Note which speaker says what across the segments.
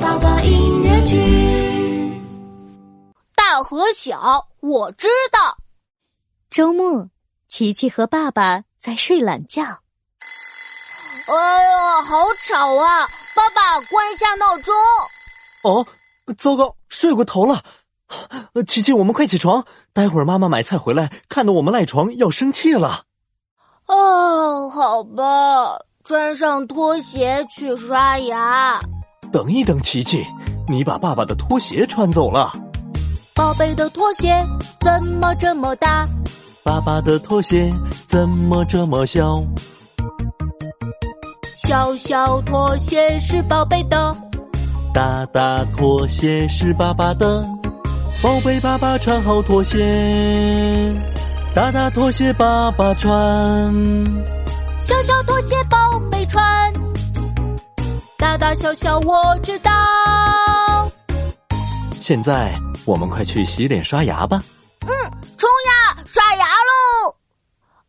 Speaker 1: 宝宝音乐剧。
Speaker 2: 大和小，我知道。
Speaker 3: 周末，琪琪和爸爸在睡懒觉。
Speaker 2: 哎呀，好吵啊！爸爸，关一下闹钟。
Speaker 4: 哦，糟糕，睡过头了。呃琪琪，我们快起床，待会儿妈妈买菜回来，看到我们赖床要生气了。
Speaker 2: 哦，好吧，穿上拖鞋去刷牙。
Speaker 4: 等一等，琪琪，你把爸爸的拖鞋穿走了。
Speaker 2: 宝贝的拖鞋怎么这么大？
Speaker 4: 爸爸的拖鞋怎么这么小？
Speaker 2: 小小拖鞋是宝贝的。
Speaker 4: 大大拖鞋是爸爸的，宝贝爸爸穿好拖鞋，大大拖鞋爸爸穿。
Speaker 2: 小小拖鞋宝贝穿，大大小小我知道。
Speaker 4: 现在我们快去洗脸刷牙吧。
Speaker 2: 冲呀，刷牙喽！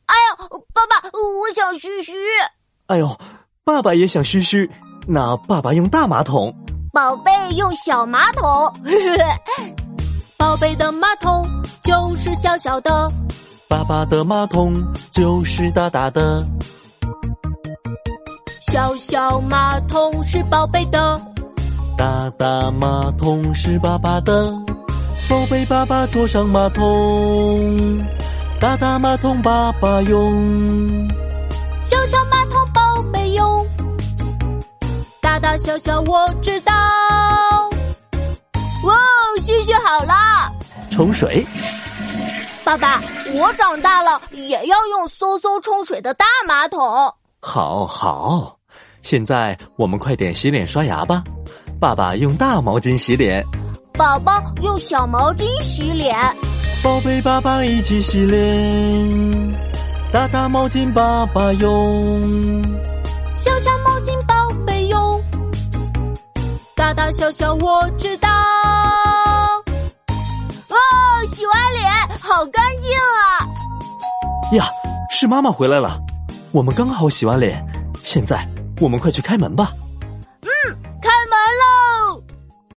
Speaker 2: 哎呀，爸爸，我想嘘嘘。
Speaker 4: 哎呦，爸爸也想嘘嘘，那爸爸用大马桶。
Speaker 2: 宝贝用小马桶， 宝贝的马桶就是小小的。
Speaker 4: 爸爸的马桶就是大大的，
Speaker 2: 小小马桶是宝贝的，
Speaker 4: 大大马桶是爸爸的。宝贝爸爸坐上马桶，大大马桶爸爸用。
Speaker 2: 小小马桶宝贝用，大大小小我知道。哇，旭旭好啦，
Speaker 4: 冲水，
Speaker 2: 爸爸，我长大了也要用嗖嗖冲水的大马桶。
Speaker 4: 好好。现在我们快点洗脸刷牙吧。爸爸用大毛巾洗脸，
Speaker 2: 宝宝用小毛巾洗脸，
Speaker 4: 宝贝爸爸一起洗脸，大大毛巾爸爸用。
Speaker 2: 小小毛巾宝贝用，大大小小我知道。哦，洗完脸好干净啊！
Speaker 4: 呀，是妈妈回来了，我们刚好洗完脸，现在我们快去开门吧。